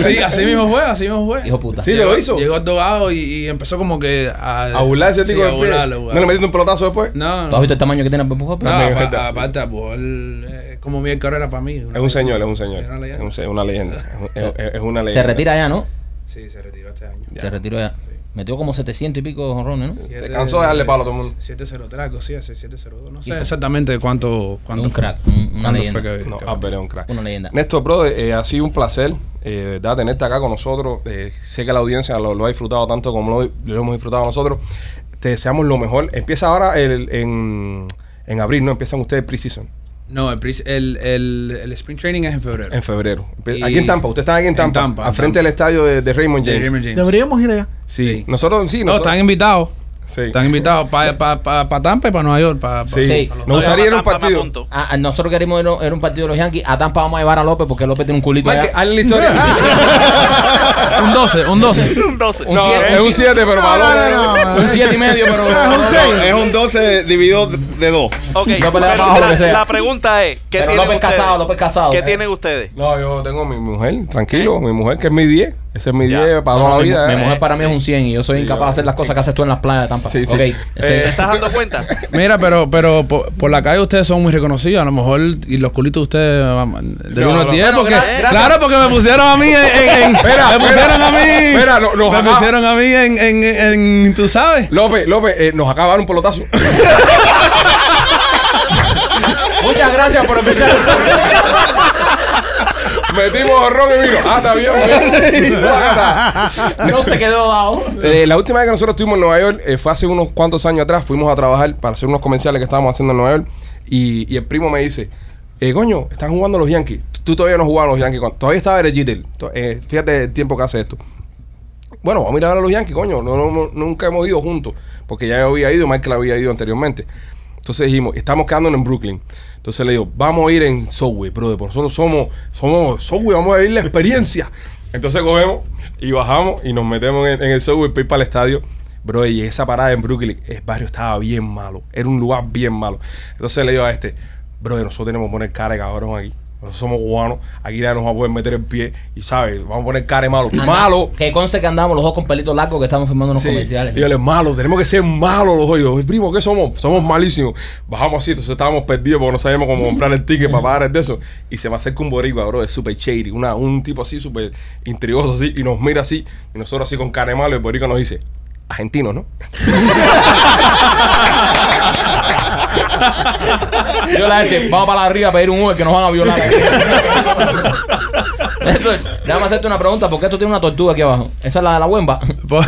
sí, así mismo fue, así mismo fue. Hijo puta. Sí, te lo hizo. Llegó el dogado y, y empezó como que a, A burlarse, sí, tío. a del pene. burlarlo, no a- le metiste un pelotazo después. No, ¿Tú has no. visto el tamaño que tiene el Pujol? No, También es apa- verdad, sí. aparte, Abujol, eh, como mi carrera para mí. Es un señor, es un señor. Es una Es leyenda. un se- una leyenda. Es, es- es una leyenda. Se retira ya, ¿no? Sí, se retiró este año. Se retiró ya. Metió como 700 y pico jonrones, ¿no? Se cansó de darle palo a todo el mundo. 703, algo así, hace 702. No sé Hijo. exactamente cuánto. cuánto Un crack, un- una cuánto leyenda. fue que- No, ah, que- Albert es un crack. Una leyenda. Néstor, bro, eh, ha sido un placer eh, de verdad, tenerte acá con nosotros. Eh, sé que la audiencia lo, lo ha disfrutado tanto como lo, lo hemos disfrutado nosotros. Te deseamos lo mejor. Empieza ahora el- en, en abril, ¿no? Empiezan ustedes pre-season No, el, pre- el, el, el sprint training es en febrero. en febrero. Empie- Y- aquí en Tampa, ustedes están aquí en en Tampa, Tampa, al en frente Tampa. del estadio de, de Raymond De James. Raymond James. Deberíamos ir allá. Sí. Sí. nosotros sí, No, nosotros, están invitados. sí. Están invitados para pa, pa, pa Tampa y para Nueva York. Pa, pa- Sí. Sí. Nos gustaría ir a un Tampa, me partido. apunto. Ah, ah, nosotros queremos ir a- era un partido de los Yankees. A Tampa vamos a llevar a López porque López tiene un culito Mike, allá. hazle la historia. un 12, un 12. Un 12. Un no, siete. es un 7, pero No, para no, no, no. eh, Un 7 y medio, pero. un No, seis. es un 12 dividido de 2. No, pero Ok, pero le da para abajo lo la, que sea. la pregunta es, ¿qué Pero tienen López ustedes? casado, López casado. ¿Qué Eh. tienen ustedes? No, yo tengo mi mujer, tranquilo, mi mujer que es mi 10. Ese es mi Ya. 10 para No, toda no, la mi, vida. mi eh. mujer para mí es un 100 y yo soy incapaz de hacer las cosas que haces tú en las playas de Tampa. Sí, sí. Ok. Eh, ese- ¿Te estás dando cuenta? Mira, pero, pero por, por la calle ustedes son muy reconocidos. A lo mejor y los culitos de ustedes van de No, unos no. 10. Bueno, Porque, gra- gracias. claro, porque me pusieron a mí en. en- en- Espera, me pusieron espera. a mí. Espera, lo- lo me acaba- pusieron a mí en. en, en, tú sabes. López, López, eh, nos acaba de dar un pelotazo. Muchas gracias por escuchar. Metimos horror y vino. Ah, está bien, bien. Guácata. no se quedó dado. Eh, la última vez que nosotros estuvimos en Nueva York eh, fue hace unos cuantos años atrás. Fuimos a trabajar para hacer unos comerciales que estábamos haciendo en Nueva York. Y, y el primo me dice: eh, Coño, están jugando los Yankees. Tú todavía no jugabas a los Yankees. Cuando- Todavía estaba Derek Jeter. To- eh, fíjate el tiempo que hace esto. Bueno, vamos a ir a ver a los Yankees, coño. No, no- no- nunca hemos ido juntos. Porque ya yo había ido, Michael había ido anteriormente. Entonces dijimos, estamos quedándonos en Brooklyn. Entonces le digo, vamos a ir en Subway, brother. porque Nosotros somos, somos Subway, vamos a ir la experiencia. Entonces cogemos y bajamos y nos metemos en, en el subway para ir para el estadio. Bro, y esa parada en Brooklyn, el barrio estaba bien malo. Era un lugar bien malo. Entonces le digo a este, bro, nosotros tenemos que poner cara de cabrón aquí. Nosotros somos cubanos, aquí nadie nos va a poder meter el pie. Y sabes, vamos a poner cara de malo. Malo. Que conste que andamos los dos con pelitos largos que estamos firmando unos Sí. comerciales. Y yo le malo, tenemos que ser malos los oídos. Primo, ¿qué somos? Somos malísimos. Bajamos así, entonces estábamos perdidos porque no sabíamos cómo comprar el ticket para pagar el de eso. Y se me acerca un boricua, bro, es súper shady, una, un tipo así, súper intrigoso así, y nos mira así, y nosotros así con cara de malo, y el boricua nos dice, argentino, ¿no? Yo la gente, este, vamos para arriba a pedir un Uber que nos van a violar. Entonces, déjame hacerte una pregunta, ¿por qué tú tienes una tortuga aquí abajo? Esa es la de la Wemba. Po- Pues,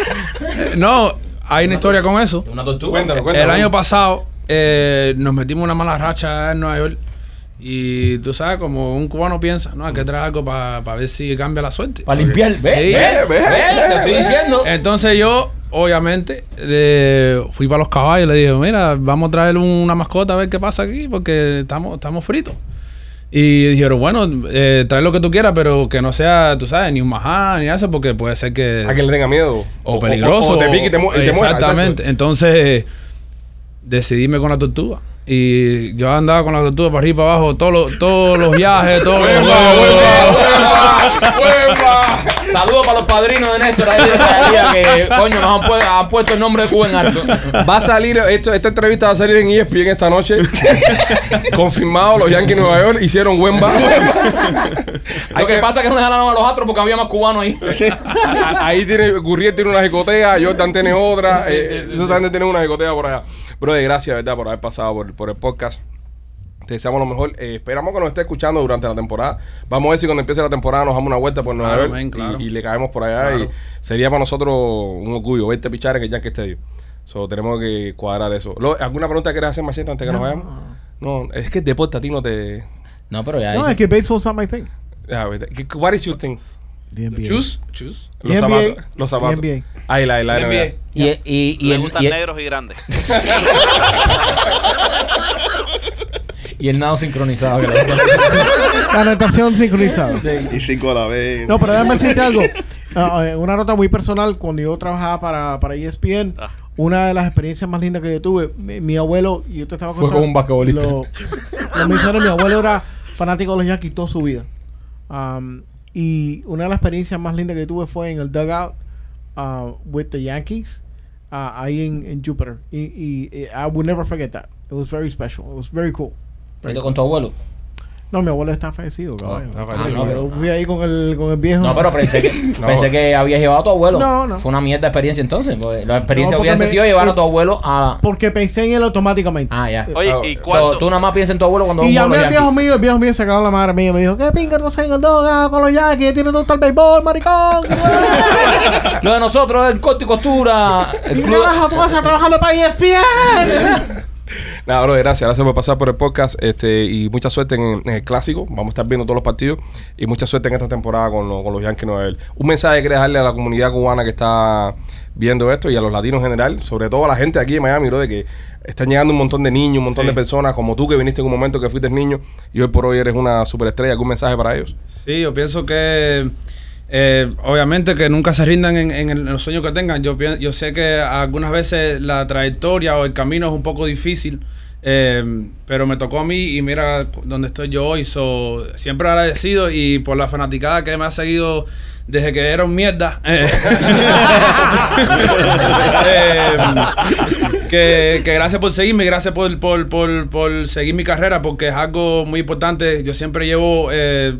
no, hay una historia con eso. Una tortuga. Cuéntalo, cuéntalo. El año pasado eh, nos metimos una mala racha en Nueva York. Y tú sabes, como un cubano piensa, no, hay que traer algo para ver si cambia la suerte. Para limpiar. Ve, Sí. ve, ve, Eh. Ve, te ve, estoy ve. diciendo. Entonces yo, obviamente, le- fui para los caballos y le dije, mira, vamos a traer una mascota a ver qué pasa aquí porque estamos, estamos fritos. Y dijeron, bueno, eh, trae lo que tú quieras, pero que no sea, tú sabes, ni un majá, ni eso, porque puede ser que... A quien le tenga miedo. Eh, o peligroso. O, te pique y te, mu- y te muera. Exactamente. Entonces, decidíme con la tortuga. Y yo andaba con la tortuga para arriba y para abajo, todos los, todos los viajes, todos los exacto. ¡Hueva! Saludos para los padrinos de Néstor ahí de Bahía, que coño nos han, pue- han puesto el nombre de Cuba en alto. Va a salir, esto, esta entrevista va a salir en E ESPN esta noche. Confirmado, los Yankees de Nueva York hicieron buen bar. Lo que pasa es que no le ganaron a los astros porque había más cubanos ahí. Ahí tiene, Gurriel tiene una jicotea, Jordan tiene otra. Eh, esos grandes tienen una jicotea por allá. Bro, de gracias, ¿verdad? Por haber pasado por, por el podcast. Te deseamos lo mejor. Eh, esperamos que nos esté escuchando durante la temporada. Vamos a ver si cuando empiece la temporada nos damos una vuelta por Nueva Claro, York men, y- claro. y, le caemos por allá. Y sería para nosotros un orgullo verte pichar en el Yankee Stadium. So, tenemos que cuadrar eso. Lo- ¿Alguna pregunta que quieras hacer, Machete, antes que nos vayamos? No, es que el deporte a ti no te... No, pero ya. No, dice- es que baseball's not my thing. Ah, ¿verdad? ¿Qué- What is your thing? The NBA. Chus, chus. Los NBA. zapatos. Los zapatos. NBA. Ahí la, ahí la. NBA. NBA. Y, y, y, Le el, gustan y, el, negros y grandes. y el nado sincronizado. La natación sincronizada. Y cinco a la vez. No, pero déjame decirte algo. Ah, eh, una nota muy personal, cuando yo trabajaba para, para E ESPN, Ah. una de las experiencias más lindas que yo tuve, mi, mi abuelo, y yo te estaba Fue con un basquetbolista. Lo, lo mencioné, mi abuelo era fanático de los Yankees toda su vida. Um, y una de las experiencias más lindas que tuve fue en el dugout uh, with the Yankees, uh, ahí en, en Jupiter. Y, y, eh, I will never forget that. It was very special. It was very cool. Esto con tu abuelo. No, mi abuelo está fallecido, caballo. está Ah, fallecido. no, pero fui ahí con el, con el viejo. No, pero pensé que, No. pensé que habías llevado a tu abuelo. No, no. Fue una mierda de experiencia entonces. porque la experiencia No, porque hubiese me- sido llevar a tu abuelo a. Porque pensé en él automáticamente. Ah, ya. Oye, Ah, ¿y so, So, cuánto? tú nada más piensas en tu abuelo cuando Oh. y vas a llamé los al viejo Yankees. mío, el viejo mío se cagó la madre mía. Me dijo, ¿qué pinga tú en el dog Ah, con los Yankees? Tiene todo el béisbol, maricón. Lo de nosotros es corte y costura. El ¿Y club. trabajo tú vas a trabajarlo para ESPN? Nada, bro, gracias. Gracias por pasar por el podcast. Este, y mucha suerte en, en el clásico. Vamos a estar viendo todos los partidos. Y mucha suerte en esta temporada con, lo- con los Yankees de Nueva York. Un mensaje que querés darle a la comunidad cubana que está viendo esto y a los latinos en general, sobre todo a la gente aquí en Miami, bro, de que están llegando un montón de niños, un montón Sí. de personas, como tú que viniste en un momento que fuiste niño y hoy por hoy eres una superestrella. ¿Algún mensaje para ellos? Sí, yo pienso que eh, obviamente que nunca se rindan en, en el- en los sueños que tengan. Yo, pien- yo sé que algunas veces la trayectoria o el camino es un poco difícil, eh, pero me tocó a mí y mira cu- dónde estoy yo hoy. So, siempre agradecido y por la fanaticada que me ha seguido desde que era un mierda. Eh, eh, que, que gracias por seguirme, gracias por, por, por, por seguir mi carrera porque es algo muy importante. Yo siempre llevo... eh,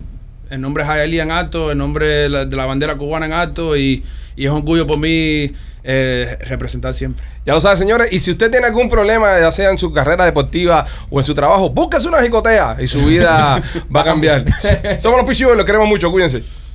el nombre es Jaelí en alto, el nombre de la, de la bandera cubana en alto y, y es un orgullo por mí eh, representar siempre. Ya lo sabe, señores. Y si usted tiene algún problema, ya sea en su carrera deportiva o en su trabajo, búsquese una jicotea y su vida va a cambiar. Somos los Pichibos, los queremos mucho. Cuídense.